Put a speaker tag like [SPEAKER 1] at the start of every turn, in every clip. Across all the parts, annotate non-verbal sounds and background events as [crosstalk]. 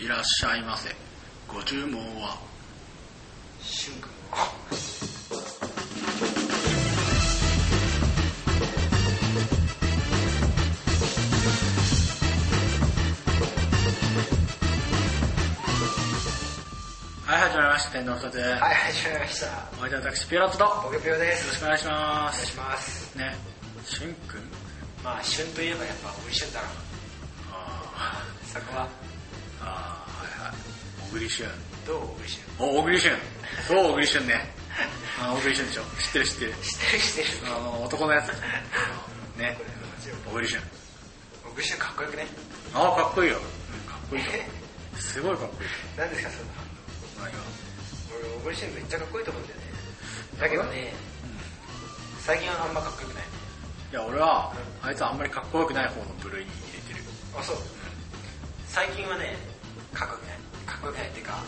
[SPEAKER 1] いらっしゃいませご注文は
[SPEAKER 2] シュン君
[SPEAKER 1] はい始まりました天童二つ
[SPEAKER 2] はい始まりました
[SPEAKER 1] お相手は私ピロットとよ
[SPEAKER 2] ボケピヨで
[SPEAKER 1] ろし
[SPEAKER 2] す
[SPEAKER 1] くお願いしま
[SPEAKER 2] お願いし
[SPEAKER 1] す
[SPEAKER 2] ます
[SPEAKER 1] ねしゅんくん
[SPEAKER 2] まあシュンといえばやっぱ小栗旬だな
[SPEAKER 1] あ
[SPEAKER 2] そこは
[SPEAKER 1] ーあーはいはい小栗旬
[SPEAKER 2] どう小栗旬
[SPEAKER 1] お小栗旬そう小栗旬ね [laughs] あー小栗旬でしょ知ってる知ってる
[SPEAKER 2] 知ってる知って
[SPEAKER 1] あ
[SPEAKER 2] る
[SPEAKER 1] の男のやつね
[SPEAKER 2] これもちろん
[SPEAKER 1] 小栗旬
[SPEAKER 2] 小栗旬かっこよくね
[SPEAKER 1] ああかっこいいよかっこいいと思うすごいかっこいい
[SPEAKER 2] 何ですかその
[SPEAKER 1] 何が
[SPEAKER 2] 俺小栗旬めっちゃかっこいいと思うんだよねだけどね最近はあんまかっこよくない
[SPEAKER 1] いや俺はあいつはあんまりかっこよくない方の部類に入れてる
[SPEAKER 2] あそう最近はねかっこよくないかっこよくないっていうか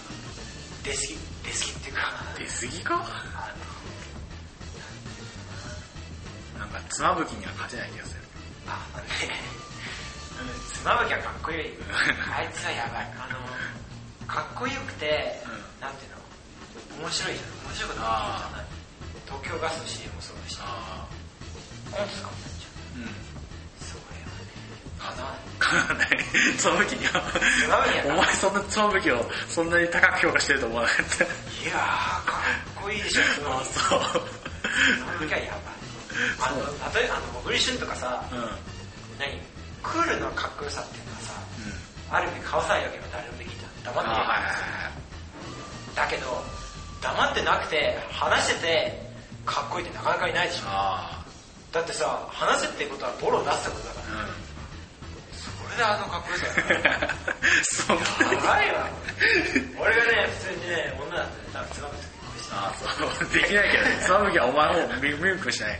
[SPEAKER 2] 出過ぎ出過ぎっていうか
[SPEAKER 1] 出過ぎか
[SPEAKER 2] あ
[SPEAKER 1] なんかつまぶきには勝てない気がする
[SPEAKER 2] のああのねうんつまぶきはかっ
[SPEAKER 1] [laughs]
[SPEAKER 2] こいいあいつはやばいあのかっこよくて、
[SPEAKER 1] う
[SPEAKER 2] なんていうの面白いじゃん面白いことで
[SPEAKER 1] あ
[SPEAKER 2] きるじゃない東京ガスの CM もそうでしたコ
[SPEAKER 1] あ
[SPEAKER 2] ントとかも
[SPEAKER 1] うんか
[SPEAKER 2] やっちゃうそれはねかな
[SPEAKER 1] なりつまぶきには
[SPEAKER 2] まぶきには
[SPEAKER 1] お前そんなつまぶきをそんなに高く評価してると思わなかった
[SPEAKER 2] いやーかっこいいでしょつま
[SPEAKER 1] あ
[SPEAKER 2] ぶき
[SPEAKER 1] そう
[SPEAKER 2] つまぶきはやばいあの例えばあの小栗旬とかさ、
[SPEAKER 1] うんうん
[SPEAKER 2] 何クールのかっこよさっていうのはさある意味顔さえよけば誰でもできた
[SPEAKER 1] あ
[SPEAKER 2] 黙
[SPEAKER 1] ー
[SPEAKER 2] ってる
[SPEAKER 1] はいはい
[SPEAKER 2] だけど黙ってなくて話しててかっこいいってなかなかいないでしょ
[SPEAKER 1] あ
[SPEAKER 2] だってさ話せっていうことはボロを出すってことだから
[SPEAKER 1] あうん
[SPEAKER 2] それであのかっこよさ
[SPEAKER 1] そんなに
[SPEAKER 2] だやばいわ俺がね普通にね女だったら多分つまむと結婚した
[SPEAKER 1] ああそうできないけどつまぶきはお前もミルクしない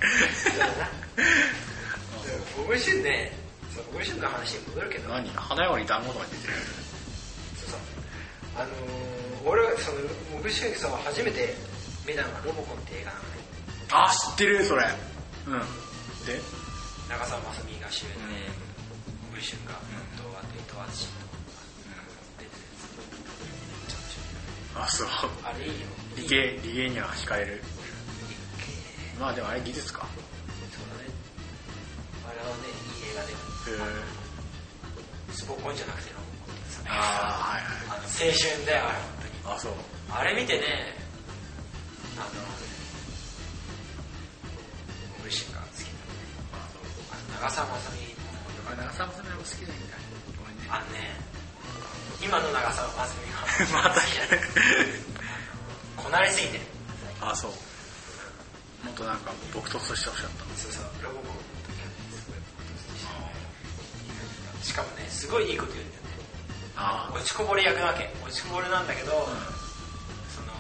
[SPEAKER 2] 美味しいね美味しいの話に戻るけど
[SPEAKER 1] 何花より団子とか言ってる
[SPEAKER 2] そうさあのー、俺はその小栗旬さんを初めて見たのがロボコンって映画なのね
[SPEAKER 1] あ知ってるそれうんで
[SPEAKER 2] 長澤まさみが主演で、小栗旬が、とあと伊藤淳と出てるやつ
[SPEAKER 1] あそう
[SPEAKER 2] めっちゃ面白いあれいいよ
[SPEAKER 1] 理系理系には惹かれる
[SPEAKER 2] いい系
[SPEAKER 1] まあでもあれ技術か
[SPEAKER 2] そうだねあれはねいい映画で
[SPEAKER 1] へえ
[SPEAKER 2] スポコンじゃなくてロボコンってさ
[SPEAKER 1] ああはいはい
[SPEAKER 2] あの青春だよあれ本当に
[SPEAKER 1] あそう
[SPEAKER 2] あれ見てね、あの、小栗旬が好きなのね。
[SPEAKER 1] あそう
[SPEAKER 2] あと長澤まさみもよか
[SPEAKER 1] あ
[SPEAKER 2] っ
[SPEAKER 1] 長澤まさみも好きなんだごめんね
[SPEAKER 2] た。あのね、今の長澤まさみは
[SPEAKER 1] また
[SPEAKER 2] 好きじゃないこなれすぎてる。
[SPEAKER 1] あそうもっとなんか朴突としてほしかっ
[SPEAKER 2] そうそう、ロボコンの時はね、すごいことしてししかもね、すごいいいこと言うんだよね。
[SPEAKER 1] たあ
[SPEAKER 2] 落ちこぼれ役なわけ。落ちこぼれなんだけど、その、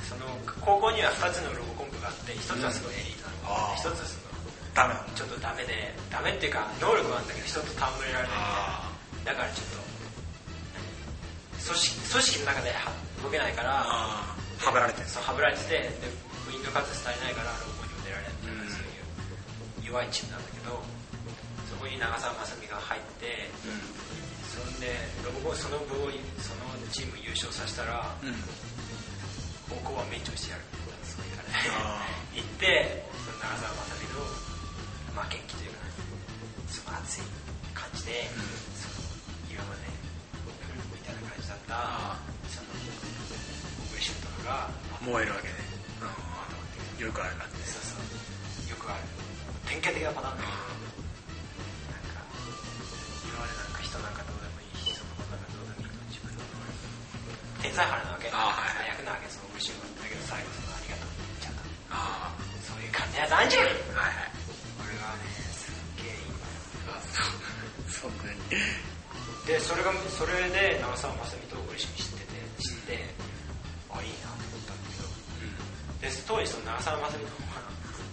[SPEAKER 2] その、高校には2つのロボコン部があって、1つはすごいエリートなの
[SPEAKER 1] うんあー
[SPEAKER 2] 1つはその、
[SPEAKER 1] ダメなん
[SPEAKER 2] ちょっとダメでダメっていうか能力はあるんだけど人と戯れられない
[SPEAKER 1] あ
[SPEAKER 2] みたいなだからちょっと組織組織の中では動けないから
[SPEAKER 1] あはぶられてる
[SPEAKER 2] そうはぶられててで部員の数足りないからロボにも出られないみたい
[SPEAKER 1] うん
[SPEAKER 2] なそういう弱いチームなんだけどそこに長澤まさみが入ってそんでロボコンその部をそのチーム優勝させたら
[SPEAKER 1] うんうん
[SPEAKER 2] 高校は免除してやるみたいなそういうあれ
[SPEAKER 1] あ
[SPEAKER 2] 行ってその長澤まさみの負けん気というか、ね、その熱い感じで、その今までみたいな感じだっ
[SPEAKER 1] あ
[SPEAKER 2] たその小栗旬とかが
[SPEAKER 1] あ燃えるわけね
[SPEAKER 2] まとまって
[SPEAKER 1] よくある感じ
[SPEAKER 2] そうそうよくある典型的なパターンだけどなんか今までなんか人なんかどうでもいいしそのことなんかどうでもいいと自分の天才腹なわけ
[SPEAKER 1] あはいはい
[SPEAKER 2] 役なわけその小栗旬はだけど最後そのありがとうって言っちゃった
[SPEAKER 1] あ
[SPEAKER 2] そういう感じのやつあんじゃん
[SPEAKER 1] あはいはい
[SPEAKER 2] 俺はねすっげえいいわ
[SPEAKER 1] あそうそんなに
[SPEAKER 2] でそれがそれで長澤まさみと嬉しく知ってて知って、あいいなと思ったんだけどで当時その長澤まさみとか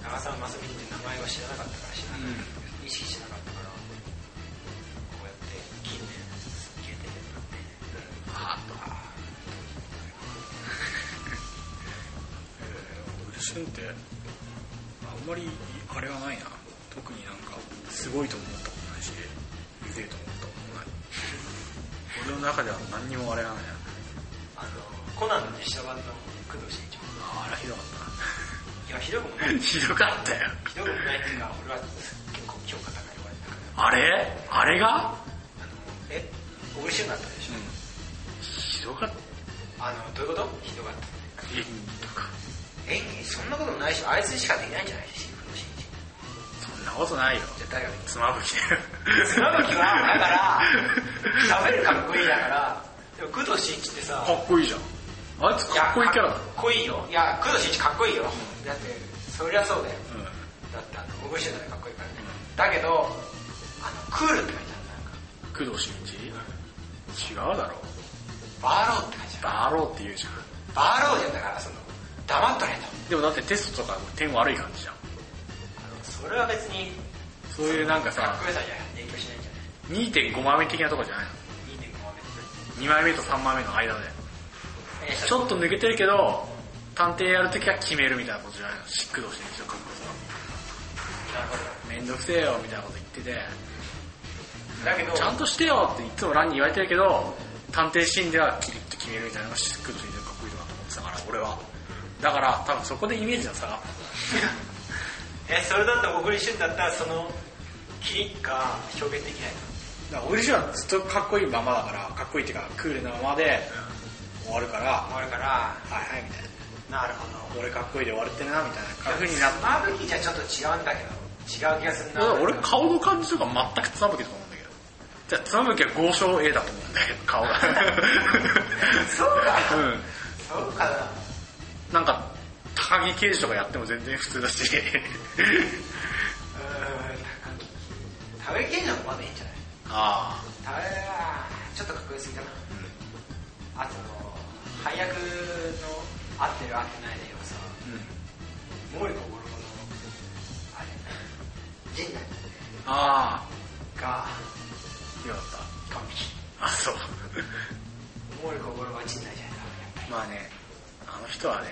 [SPEAKER 2] 長澤まさみって名前は知らなかったから知らなかった、意識しなかったからこうやって近年消えてるようにな
[SPEAKER 1] あ
[SPEAKER 2] って
[SPEAKER 1] あ
[SPEAKER 2] あ
[SPEAKER 1] ウルシュンってあんまりあれはないな特になんかすごいと思ったことないしうぜえと思ったことない俺の中では何にもあれがない
[SPEAKER 2] あのコナンの実写版の工藤新一も
[SPEAKER 1] あらひどかったない
[SPEAKER 2] やひどくもない
[SPEAKER 1] [laughs]
[SPEAKER 2] ひ
[SPEAKER 1] ひどかったよ
[SPEAKER 2] どくもないっていうか俺は結構評価高いわれだから
[SPEAKER 1] あれあれが
[SPEAKER 2] あのえオールシューになったでしょ、
[SPEAKER 1] ひどかった
[SPEAKER 2] あのどういうことひどかった
[SPEAKER 1] 演技とか
[SPEAKER 2] 演技そんなことないしあいつにしかできないんじゃないし工藤新一
[SPEAKER 1] そんなことないよ
[SPEAKER 2] じゃあ誰ができる
[SPEAKER 1] つまぶきだよ
[SPEAKER 2] つまぶきはだ
[SPEAKER 1] [laughs]
[SPEAKER 2] から喋るかっこいいだからでも工藤新一ってさ
[SPEAKER 1] かっこいいじゃんあいつかっこいいキャラだ
[SPEAKER 2] やかっこいいよいや工藤新一かっこいいよだってそりゃそうだよ
[SPEAKER 1] うん
[SPEAKER 2] だってあの大食いしてたらかっこいいからねだけどあのクールって書いてあるなんか
[SPEAKER 1] 工藤新一違うだろ
[SPEAKER 2] バーローって書いてあ
[SPEAKER 1] バ
[SPEAKER 2] る
[SPEAKER 1] ローって言うじゃん
[SPEAKER 2] バーローじゃんだからその黙っとれと
[SPEAKER 1] でもだってテストとか点悪い感じじゃん
[SPEAKER 2] あのそれは別に
[SPEAKER 1] そういうなんか
[SPEAKER 2] か
[SPEAKER 1] さ
[SPEAKER 2] っこよさじゃ影響しないんじゃない
[SPEAKER 1] 2.5枚目的なとこじゃないの
[SPEAKER 2] 2.5は別に
[SPEAKER 1] 2枚目と3枚目の間で
[SPEAKER 2] えー
[SPEAKER 1] ちょっと抜けてるけど探偵やるときは決めるみたいなことじゃないのシック同士でしょかっこさ
[SPEAKER 2] なるほ
[SPEAKER 1] めんどくせえよみたいなこと言ってて
[SPEAKER 2] どだけど
[SPEAKER 1] ちゃんとしてよっていつもランに言われてるけど探偵シーンではキリッと決めるみたいなのがシック同士でかっこいいとかと思ってたから俺はだから多分そこでイメージの差があった
[SPEAKER 2] えそれだったら小栗旬だったらそのキリが表現できない
[SPEAKER 1] だからオリジナルはずっとかっこいいままだからかっこいいっていうかクールなままで終わるから
[SPEAKER 2] と
[SPEAKER 1] は
[SPEAKER 2] 思うから
[SPEAKER 1] いはいみたい
[SPEAKER 2] なるほ
[SPEAKER 1] な俺かっこいいで終われてるなみたいな
[SPEAKER 2] ど
[SPEAKER 1] 風になっ
[SPEAKER 2] つまぶきじゃちょっと違うんだけど違う気がする
[SPEAKER 1] た
[SPEAKER 2] な
[SPEAKER 1] 俺顔の感じとか全くつまぶきだと思うんだけどじゃあつまぶきは豪商 A だと思うんだけど顔が
[SPEAKER 2] そうか
[SPEAKER 1] うん
[SPEAKER 2] そうかな
[SPEAKER 1] なんか高木刑事とかやっても全然普通だし [laughs]
[SPEAKER 2] うーん高木健二の方がまだいいんじゃない
[SPEAKER 1] あ
[SPEAKER 2] 高木はちょっとかっこよすぎかな、あと配役の合ってる合ってないで言えばさ
[SPEAKER 1] あうん
[SPEAKER 2] 毛利心のあれ陣内
[SPEAKER 1] あ
[SPEAKER 2] が
[SPEAKER 1] あよかっ
[SPEAKER 2] 完璧
[SPEAKER 1] たあそう
[SPEAKER 2] 毛利心は陣内じゃないか
[SPEAKER 1] まあねあの人はね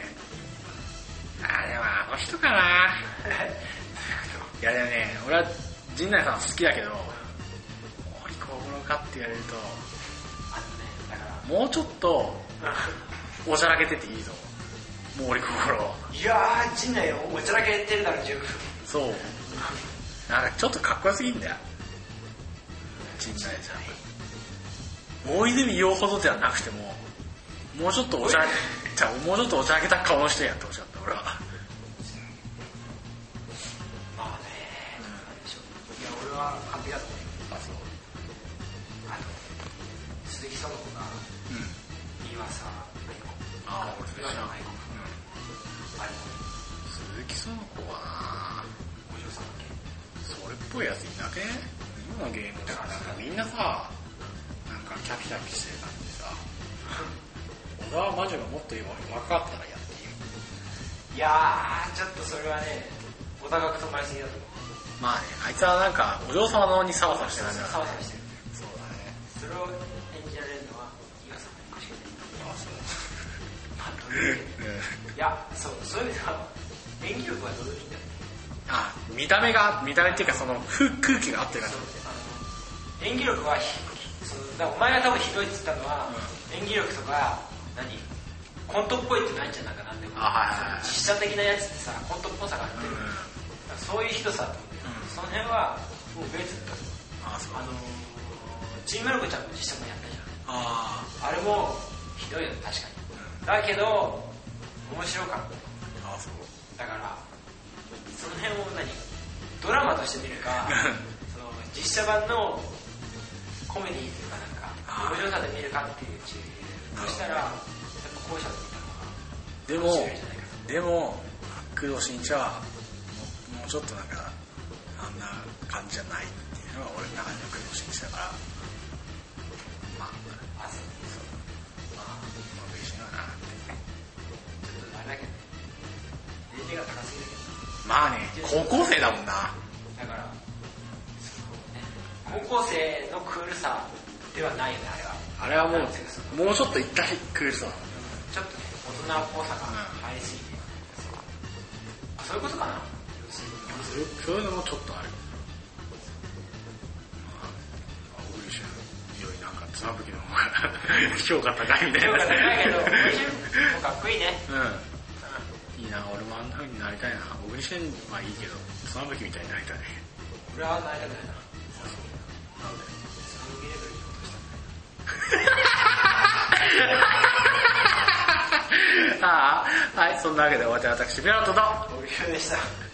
[SPEAKER 1] あーでもあの人かな
[SPEAKER 2] やっぱり
[SPEAKER 1] いやでもね、俺は陣内さん好きだけど、森小五郎かって言われる
[SPEAKER 2] あのねだか
[SPEAKER 1] と、もうちょっと
[SPEAKER 2] ら
[SPEAKER 1] おじゃらけてていいぞ、森小五郎。
[SPEAKER 2] いやー陣内おちゃらけてるだろ十分
[SPEAKER 1] そう。なんかちょっとかっこよすぎんだよ。陣内さん。大泉洋ほどではなくても、もうちょっとおじゃらけ、じゃあもうちょっとおじゃらけた顔の人やってほしかった、俺は。
[SPEAKER 2] まあねなんでしょういや俺は完璧だと思うよ
[SPEAKER 1] あ、そう。
[SPEAKER 2] あと鈴木園子が
[SPEAKER 1] うん。
[SPEAKER 2] 岩佐愛子
[SPEAKER 1] あー、俺そ
[SPEAKER 2] 岩
[SPEAKER 1] れ知
[SPEAKER 2] 佐
[SPEAKER 1] らん。
[SPEAKER 2] 愛子あれも
[SPEAKER 1] 鈴木さんの子はな
[SPEAKER 2] お嬢さんだっけ
[SPEAKER 1] それっぽいやついなくね今のゲームってなんかみんなさなんかキャピキャピしてる感じでさ小沢魔女がもっと若かったらやっていいよ
[SPEAKER 2] いやーちょっとそれはねお高く止まりすぎだと思う
[SPEAKER 1] まあねあいつはなんかお嬢様のにサワサワしてる感じだ
[SPEAKER 2] サワサワしてる
[SPEAKER 1] そうだね
[SPEAKER 2] それを演じられるのは岩佐愛子しかいない
[SPEAKER 1] あそう
[SPEAKER 2] まあどういう意味
[SPEAKER 1] うん
[SPEAKER 2] でいやそうそういう意味では演技力はどうでもいいんだ
[SPEAKER 1] [laughs]
[SPEAKER 2] って
[SPEAKER 1] あ見た目が見た目っていうかその空空気が合ってる感じ
[SPEAKER 2] あの演技力はひそのだからお前が多分ひどいって言ったのは、演技力とか何コントっぽいってないんじゃないかなって思う
[SPEAKER 1] あはいはいはい
[SPEAKER 2] その実写的なやつってさコントっぽさがあって、だからそういうひどさだと思うんだよ、その辺はもうベースだと思う
[SPEAKER 1] あそう
[SPEAKER 2] あのー、チームルコちゃんも実写もやったじ
[SPEAKER 1] あ
[SPEAKER 2] ゃんあれもひどいよ確かにだけど面白かった
[SPEAKER 1] あそう
[SPEAKER 2] だからその辺を何ドラマとして見る
[SPEAKER 1] [laughs]
[SPEAKER 2] かその実写版のコメディーというかなんか
[SPEAKER 1] あー
[SPEAKER 2] 無料さで見るかっていう違いそしたらやっぱ後者で見た方が
[SPEAKER 1] でも
[SPEAKER 2] 面白いんじゃないか
[SPEAKER 1] でも工藤新一はもうもうちょっとなんかあんな感じじゃないっていうのが俺の中での工藤新一だからまあそ
[SPEAKER 2] なあそう
[SPEAKER 1] うまあまあ嬉しいなって
[SPEAKER 2] ちょっとあれだけどね年齢が高すぎる
[SPEAKER 1] まあね高校生だもんな
[SPEAKER 2] けどだからそのね高校生のクールさではないよねあれは
[SPEAKER 1] あれはも
[SPEAKER 2] なんていうかそう
[SPEAKER 1] もうちょっと一回クールさだ
[SPEAKER 2] ちょっとね大人っぽさが入りすぎてるあそういうことかな要するに
[SPEAKER 1] そういうそういうのもちょっとあるまあ小栗旬よりなんか砂吹の方が評価高いみたい
[SPEAKER 2] 評
[SPEAKER 1] な
[SPEAKER 2] 価高い [laughs] けど
[SPEAKER 1] ね
[SPEAKER 2] 50もかっこいいね
[SPEAKER 1] うんいいな俺もあんな風になりたいな小栗旬はいいけど砂吹みたいになりたい
[SPEAKER 2] 俺はなりたくないな
[SPEAKER 1] なんで
[SPEAKER 2] そのゲームに落としたくない
[SPEAKER 1] [laughs] ああはいそんなわけでお相手は私ベラトと
[SPEAKER 2] 大喜利でした